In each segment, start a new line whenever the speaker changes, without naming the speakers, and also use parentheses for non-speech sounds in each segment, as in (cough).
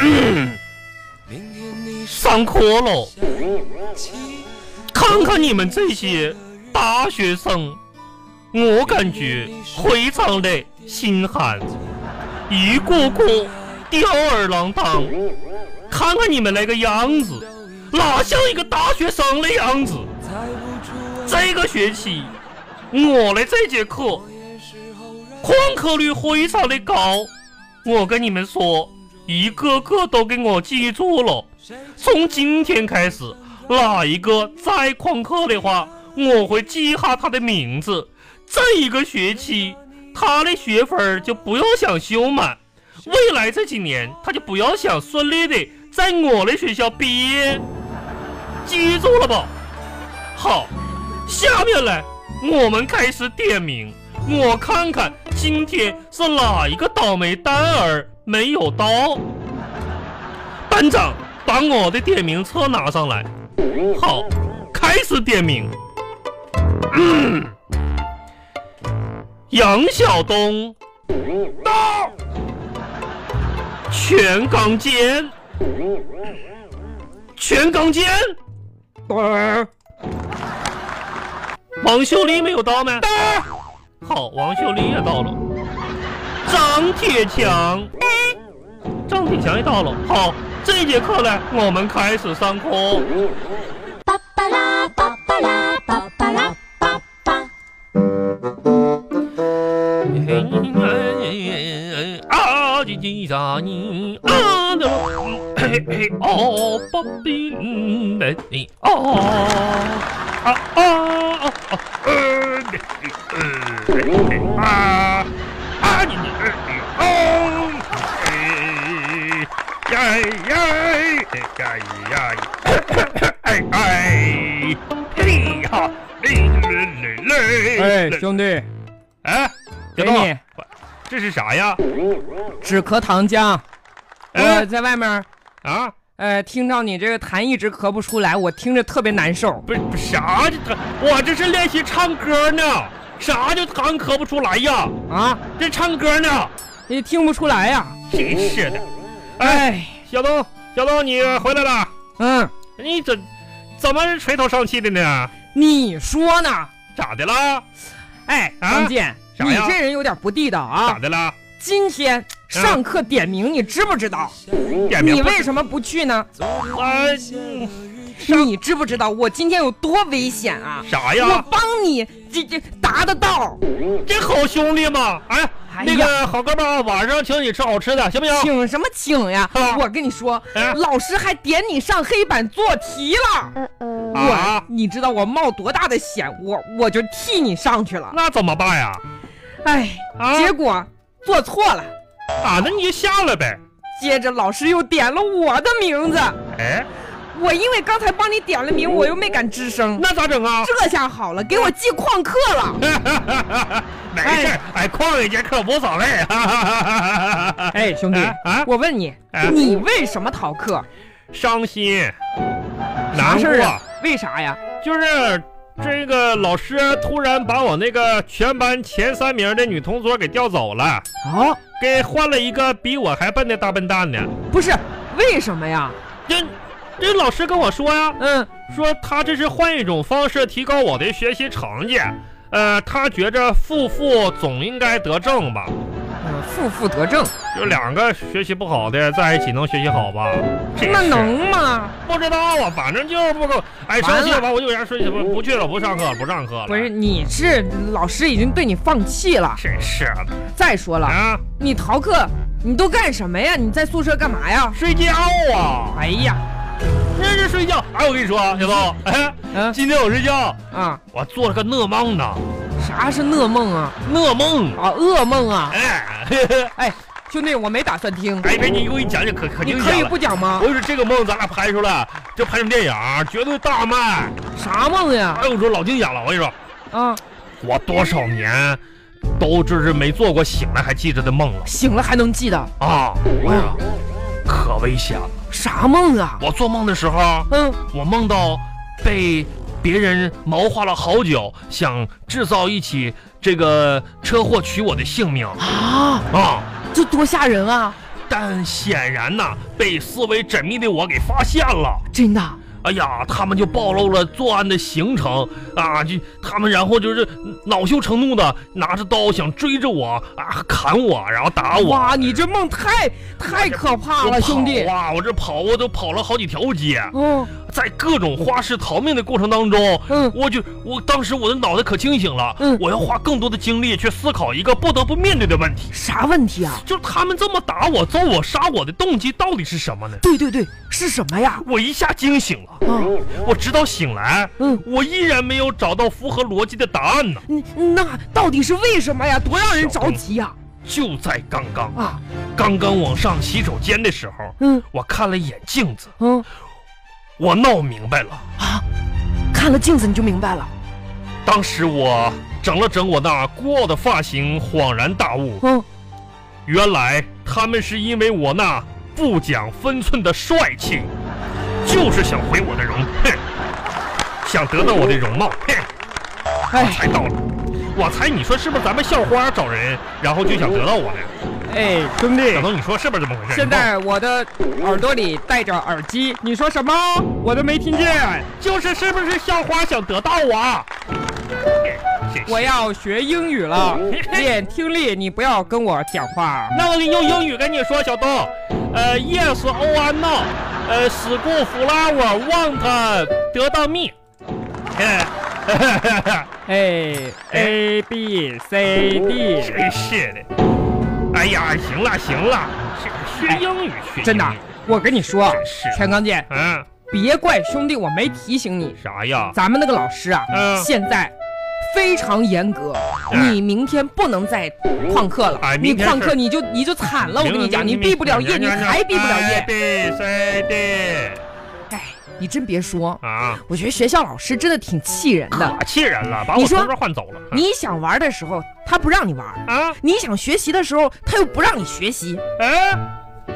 嗯干窟窿。看看你们这些大学生，我感觉非常的心寒，一个个吊儿郎当。看看你们那个样子，哪像一个大学生的样子？这个学期我的这节课旷课率非常的高，我跟你们说，一个个都给我记住了。从今天开始，哪一个再旷课的话，我会记下他的名字。这一个学期，他的学分就不要想修满， (laughs) 未来这几年他就不要想顺利的在我的学校毕业，记住了吧？好，下面来，我们开始点名。我看看今天是哪一个倒霉蛋儿没有到。班长，把我的点名册拿上来。好，开始点名。嗯、杨晓东到，全刚坚，全刚坚，儿。王秀丽没有到吗？好，王秀丽也到了。张铁强，张铁强也到了。好，这节课呢，我们开始上课。
巴巴拉巴巴拉巴巴拉巴巴，
啊，叽叽喳你啊的，嘿嘿哦，巴宾的你哦，啊啊啊啊，呃，呃，啊啊你你哦，哎呀呀呀呀，哎哎，嘿哈，嘞嘞 (laughs) 嘞
哎，兄弟，
哎，
给
别动
你
这是啥呀？
止咳糖浆。我
哎
在外面，
啊，
呃，听到你这个痰一直咳不出来，我听着特别难受。
不是不是啥这个，我这是练习唱歌呢，啥就刚咳不出来呀？
啊，
这唱歌呢，
也听不出来呀、
真是的。哎，
哎，
小东，小东，你回来了？
嗯，
你怎怎么垂头丧气的呢？
你说呢？
咋的啦？
哎，
啊
张健，
啥
你
呀
这人有点不地道
咋
啊！
的啦？
今天上课点名，你知不知道？
点名
你
不
为什么不去呢？
哎嗯
你知不知道我今天有多危险啊？
啥
我
呀？
帮你这这答得到，
这好兄弟嘛，哎，
哎
那
呀
个好哥们儿，啊晚上请你吃好吃的，行不行？
请什么请呀
啊？
我跟你说
哎，
老师还点你上黑板做题了。我
啊，，
你知道我冒多大的险，我我就替你上去了。
那怎么办呀？
哎，
啊
结果做错了，
啊，那你就下来呗。
接着老师又点了我的名字。
哎，
我因为刚才帮你点了名，我又没敢吱声。
(laughs) 那咋整啊？
这下好了，给我记旷课了。
没事儿，哎，旷一节课无所谓。
哎，兄弟
啊 (laughs) 啊，
我问你
啊，
你为什么逃课？
伤心，
啥
难
事
过
儿，啊？为啥呀？
就是这个老师突然把我那个全班前三名的女同桌给调走了，
哦，
给换了一个比我还笨的大笨蛋呢。
不是，为什么呀？
这这老师跟我说呀，
嗯，
说他这是换一种方式提高我的学习成绩。呃，他觉着负负总应该得正吧。
呃负负得正，
就两个学习不好的在一起能学习好吧？真
那
是
能吗？
不知道啊，反正就是不够。哎，
完了
生气了吧，我就给人说不不去了，不上课了，不上课了。
不是，，你是老师已经对你放弃了。
真是的
再说了，
啊，
你逃课，你都干什么呀？你在宿舍干嘛呀？
睡觉啊，
哎呀，
认真睡觉。哎，我跟你说啊，小东，哎，
嗯
今天我睡觉，
啊，
我做了个噩梦呢，
啥是噩梦啊？
噩梦。
啊，噩梦啊！
哎， (laughs) 嘿嘿
哎，兄弟，我没打算听，
哎，别你给我一讲讲，可可
你
精
可
彩
以
了。
不讲吗
我？跟你说，这个梦咱俩拍出来，就拍成电影，绝对大卖。
啥梦呀？
哎，我说老惊险了，我跟你说。
啊，
我多少年都这是没做过醒来还记着的梦了
醒了还能记得哎
啊！我跟你说，可危险了。
啥梦啊？
我做梦的时候，
嗯，
我梦到被别人谋划了好久，想制造一起这个车祸取我的性命
啊，
啊！
这多吓人啊！
但显然呐、被思维缜密的我给发现了。
真的，
哎呀，他们就暴露了作案的行程啊！就他们，然后就是恼羞成怒的拿着刀想追着我啊，砍我，然后打我。
哇，你这梦太太可怕了，兄弟。
哇！我这啊跑，我都跑了好几条街，
嗯
在各种花式逃命的过程当中，
嗯，
我就我当时我的脑袋可清醒了，
嗯
我要花更多的精力去思考一个不得不面对的问题，
啥问题啊？
就是他们这么打我、揍我、杀我的动机到底是什么呢？
对对对，是什么呀？
我一下惊醒了，
啊，
我直到醒来，
嗯，
我依然没有找到符合逻辑的答案呢。
嗯那到底是为什么呀？多让人着急呀！
就在刚刚，
啊，
刚刚往上洗手间的时候，
嗯
我看了一眼镜子，
嗯
我闹明白了。
啊，看了镜子你就明白了。
当时我整了整我那孤傲的发型，恍然大悟，
嗯，
原来他们是因为我那不讲分寸的帅气，就是想毁我的容，哼，想得到我的容貌，哼，我
哎
才到了。我猜你说是不是咱们校花找人，然后就想得到我呢？
哎，兄弟
小东，你说是不是这么回事？
现在我的耳朵里戴着耳机，你说什么？我都没听见。
就是是不是校花想得到我？谢谢
我要学英语 (laughs) 了，练听力，你不要跟我讲话。
那我用英语跟你说，小东，呃，yes or no，呃，school flower want 得到 me，哎，
哎，A B C D，
真是的，哎呀，行了行了，学学英语学英语
真的，我跟你说
真是，
全刚健，
嗯，
别怪兄弟我没提醒你，
啥呀？
咱们那个老师啊，
嗯
现在非常严格，
嗯
你明天不能再旷课了，
哎
你
明天
旷课
是
你就你就惨了，我跟你讲，你毕不了业，你还毕不了业。
必须
哎，你真别说，
的啊！
我觉得学校老师真的挺气人的。
可气人了，把
你
我
说
同桌换走了。
你想玩的时候，他不让你玩；
啊，
你想学习的时候，他又不让你学习。
哎，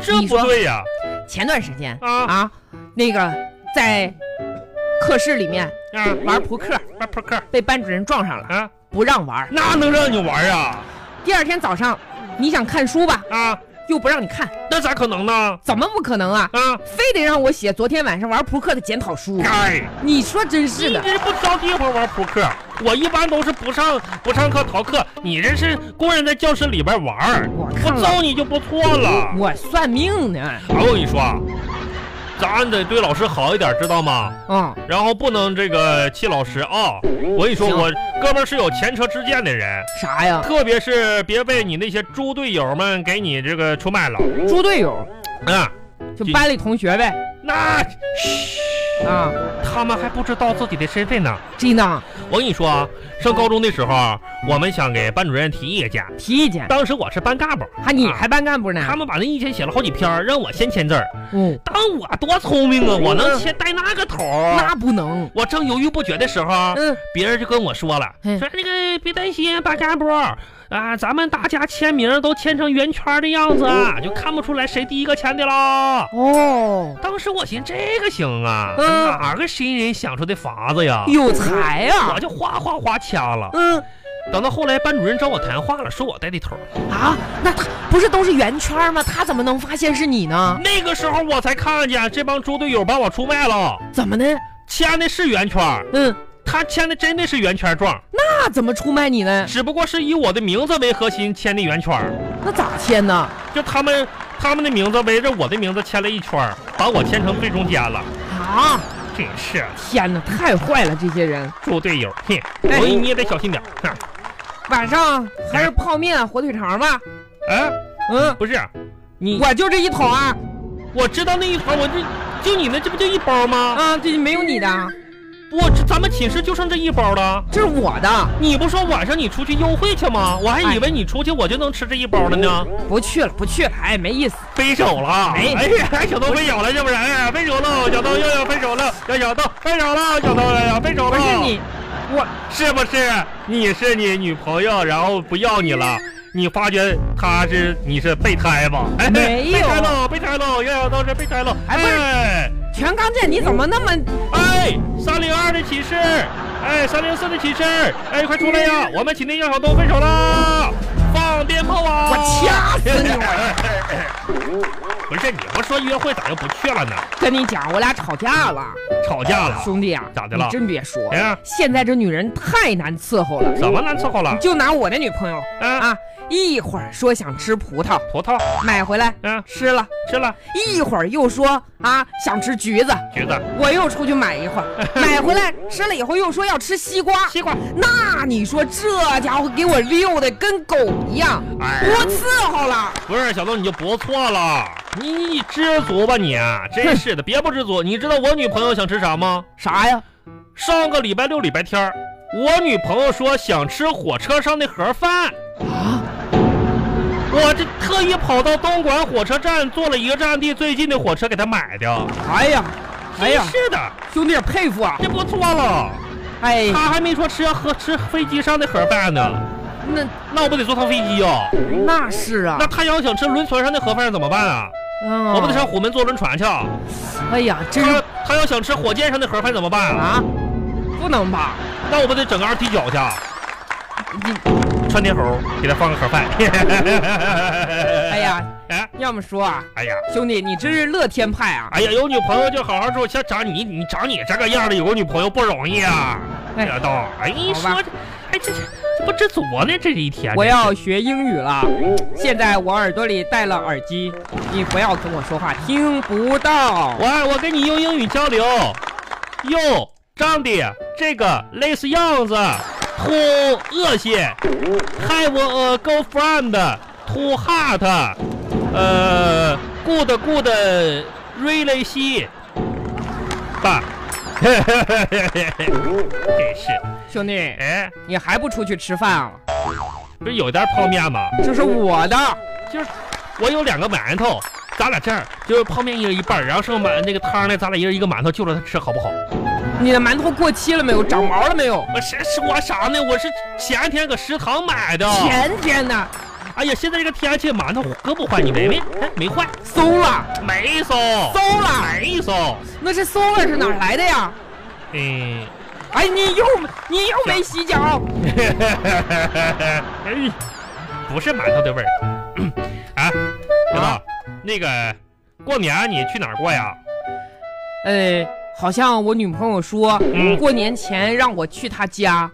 这
你
不
说
对呀！
前段时间
啊
啊，那个在课室里面
啊，
玩扑克，
玩扑克
被班主任撞上了，
啊，
不让玩。
那能让你玩啊？
第二天早上，你想看书吧，
啊，
又不让你看，
那咋可能呢？
怎么不可能啊？
啊，
非得让我写昨天晚上玩扑克的检讨书，
该
你说真是
哎你
的。
这是不挑地方玩扑克。我一般都是不上不上课逃课，你这是公然在教室里边玩儿，
我
不
看了，
揍你就不错了。
我算命呢。
啊，我跟你说啊，咱得对老师好一点，知道吗？
嗯，
然后不能这个气老师啊、我跟你说，
行
我哥们儿是有前车之鉴的人，
啥呀？
特别是别被你那些猪队友们给你这个出卖了。
猪队友，
啊，
就班里同学呗。
那嘘，
啊，
他们还不知道自己的身份呢。
真的，
我跟你说啊，上高中的时候啊，我们想给班主任提意见，
提意见。
当时我是班干部，
还你还班干部呢？
他们把那意见写了好几篇儿，让我先签字儿。
嗯，
当我多聪明啊，我能签带那个头儿。
那不能。
我正犹豫不决的时候，啊
嗯，
别人就跟我说了，
嗯
说那个别担心，班干部啊，咱们大家签名都签成圆圈的样子，啊
嗯
就看不出来谁第一个签的了。
哦，
当时我寻思这个行啊，
嗯
哪个新人想出的法子呀？
有才呀、
我就哗哗哗掐了。
嗯
等到后来班主任找我谈话了，说我带的头儿，
啊，那他不是都是圆圈吗？他怎么能发现是你呢？
那个时候我才看见这帮猪队友把我出卖了，
怎么呢？
签的是圆圈儿，
嗯，
他签的真的是圆圈状，
那怎么出卖你呢？
只不过是以我的名字为核心签的圆圈儿，
那咋签呢？
就他们他们的名字围着我的名字签了一圈儿，把我签成最中间了，
啊，
真是
天哪，太坏了，这些人。
猪队友，哼，
哎
所以你也得小心点儿。哼
晚上还是泡面、啊火腿肠吧。
哎，
嗯，
不是，你
我就这一桶啊
我知道那一盘，我这就你那这不就一包吗？
啊，这没有你的，
我这咱们寝室就剩这一包了。
这是我的，
你不说晚上你出去幽会去吗？我还
哎嗯
以为你出去我就能吃这一包了呢。
不去了，不去了，哎，没意思。
分手了，
没
哎呀，小豆分手了，是不是？哎呀，分手了，小豆又要分手了，小小豆分手了，小豆哎呀，分手
不
了。
是你，我
是不是？你是你女朋友，然后不要你了，你发觉她是你是备胎吧？哎，
没有
备胎喽，备胎喽，小小豆是备胎喽。
哎不是
哎
全刚健，你怎么那么……
哎，三零二的启事，
嗯
哎，三零四的启事，哎，快出来呀！我们寝室要小东分手了，放鞭炮啊！
我掐死你！我
(laughs) 不是你不说约会咋就不去了呢？
跟你讲，我俩吵架了，
吵架了？
兄弟啊，
咋的了
你真别说，
哎呀
现在这女人太难伺候了。
怎么难伺候了？
就拿我那女朋友
嗯、
啊，一会儿说想吃葡萄，
葡萄，
买回来
嗯、
吃了；
吃了，
一会儿又说啊想吃橘子，
橘子，
我又出去买一
(laughs)
会儿，买回来吃了以后又说要吃西瓜。
西瓜，
那你说这家伙给我溜的跟狗一样，
哎
我伺候了。
不是小豆你就不错了，你你知足吧你，啊真是的，别不知足。你知道我女朋友想吃啥吗？
(laughs) 啥呀？
上个礼拜六、礼拜天儿，我女朋友说想吃火车上那盒饭，
啊，
我这特意跑到东莞火车站坐了一个站地最近的火车给她买的。
哎呀，哎呀
真，是的，
兄弟儿佩服啊！
这不错了。
哎，
他还没说吃喝吃飞机上的盒饭呢，
那
那我不得坐趟飞机啊？
那是啊
那，他要想吃轮船上的盒饭怎么办啊？
嗯
我不得上虎门坐轮船去啊？
哎呀，真是
他他要想吃火箭上的盒饭怎么办啊？
啊，不能吧？
那我不得整个二踢脚去啊？
你
窜天猴给他放个盒
(laughs)
饭。
哎
哎，
呀，
(laughs) 哎，
要么说啊，
哎呀，
兄弟，你真是乐天派啊！
哎呀，有女朋友就好好处，像长你你长你这个样的有个女朋友不容易啊，
哎
这都哎一
好吧
说这，哎这这这不知足呢？这一天
我要学英语了，现在我耳朵里戴了耳机，你不要跟我说话，听不到。
我我跟你用英语交流，哟，长得这个类似样子，too 恶心，have a good friend too hot，呃，good good really 西，爸，真是，
兄弟，
哎，
你还不出去吃饭啊？
不是有袋泡面吗？
这是我的，
我有两个馒头，咱俩这样就是泡面一人一半，然后剩馒那个汤呢，咱俩一人一个馒头，就着它吃好不好？
你的馒头过期了没有？长毛了没有？
我是说啥呢？我是前天搁食堂买的。
前天呢，
哎呀，现在这个天气，馒头胳膊坏，你没没哎没坏，
馊了，
没馊，
馊了，哎
没馊。
那是馊了是哪儿来的呀？
嗯，
哎，你又你又没洗脚，
(laughs) 哎，不是馒头的味儿。 (clears throat) 啊，小
啊
道，那个过年你去哪儿过呀？
呃，好像我女朋友说
嗯
过年前让我去她家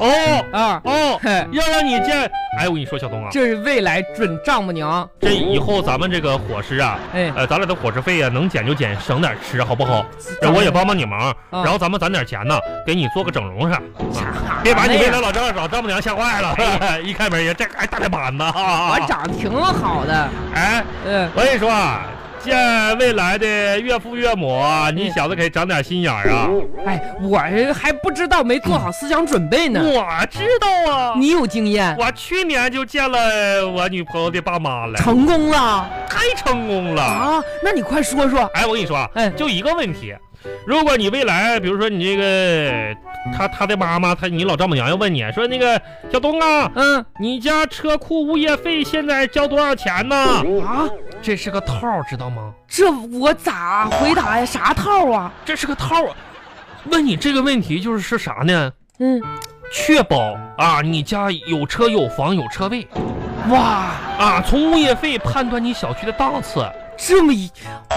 哦
啊，
哦，
嘿，
要让你见。哎，我跟你说，小东啊，
这是未来准丈母娘，
这以后咱们这个伙食啊，
哎，
呃，咱俩的伙食费啊，能减就减，省点吃，好不好？
咱们
我也帮帮你忙，
嗯
然后咱们攒点钱呢，给你做个整容啥。
哎
别把你未来老丈老丈母娘吓坏了， (laughs) 一开门也这还大脸板子啊！
我长得挺好的，
哎，
嗯、
我跟你说啊，见未来的岳父岳母啊，你
嗯
小子可以长点心眼儿啊！
哎，我还不知道，没做好思想准备呢。
我知道啊，
你有经验，
我去年就见了我女朋友的爸妈了，
成功了
太成功了。
啊？那你快说说，
哎，我跟你说啊，
哎，
就一个问题，如果你未来，比如说你这个他他的妈妈，他你老丈母娘要问你说那个小东啊，
嗯
你家车库物业费现在交多少钱呢？
啊，
这是个套儿，知道吗？
这我咋回答呀？啥套啊？
这是个套儿啊。问你这个问题就是是啥呢？
嗯，
确保啊，你家有车有房有车位
哇，
啊，从物业费判断你小区的档次。
这么一，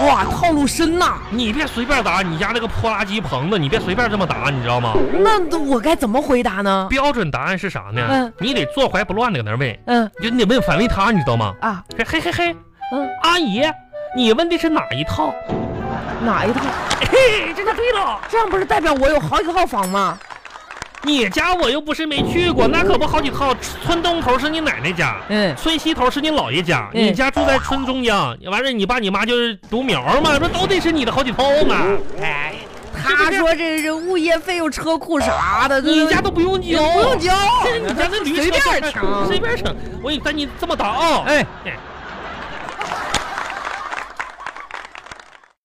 哇，套路深呐、
你别随便打，你家那个破垃圾棚子，你别随便这么打，你知道吗？
那我该怎么回答呢？
标准答案是啥呢？
嗯
你得坐怀不乱的搁那儿问，
嗯
就你得问反问他，你知道吗？
啊，
嘿嘿嘿嘿，
嗯，
阿姨，你问的是哪一套？
哪一套？
嘿，这就对了。
这样不是代表我有好几套房吗？
你家我又不是没去过，那可不好几套。村东头是你奶奶家，
嗯，
村西头是你姥爷家，
嗯
你家住在村中央。完事儿，你爸你妈就是独苗嘛，这都得是你的好几套嘛。
哎，他说这这物业费用、车库啥的，这
你家都嗯不用
也
交，
不用交，
这是你家那驴
随
车
便
随
抢
便整。我给你，但你这么答啊，
哎，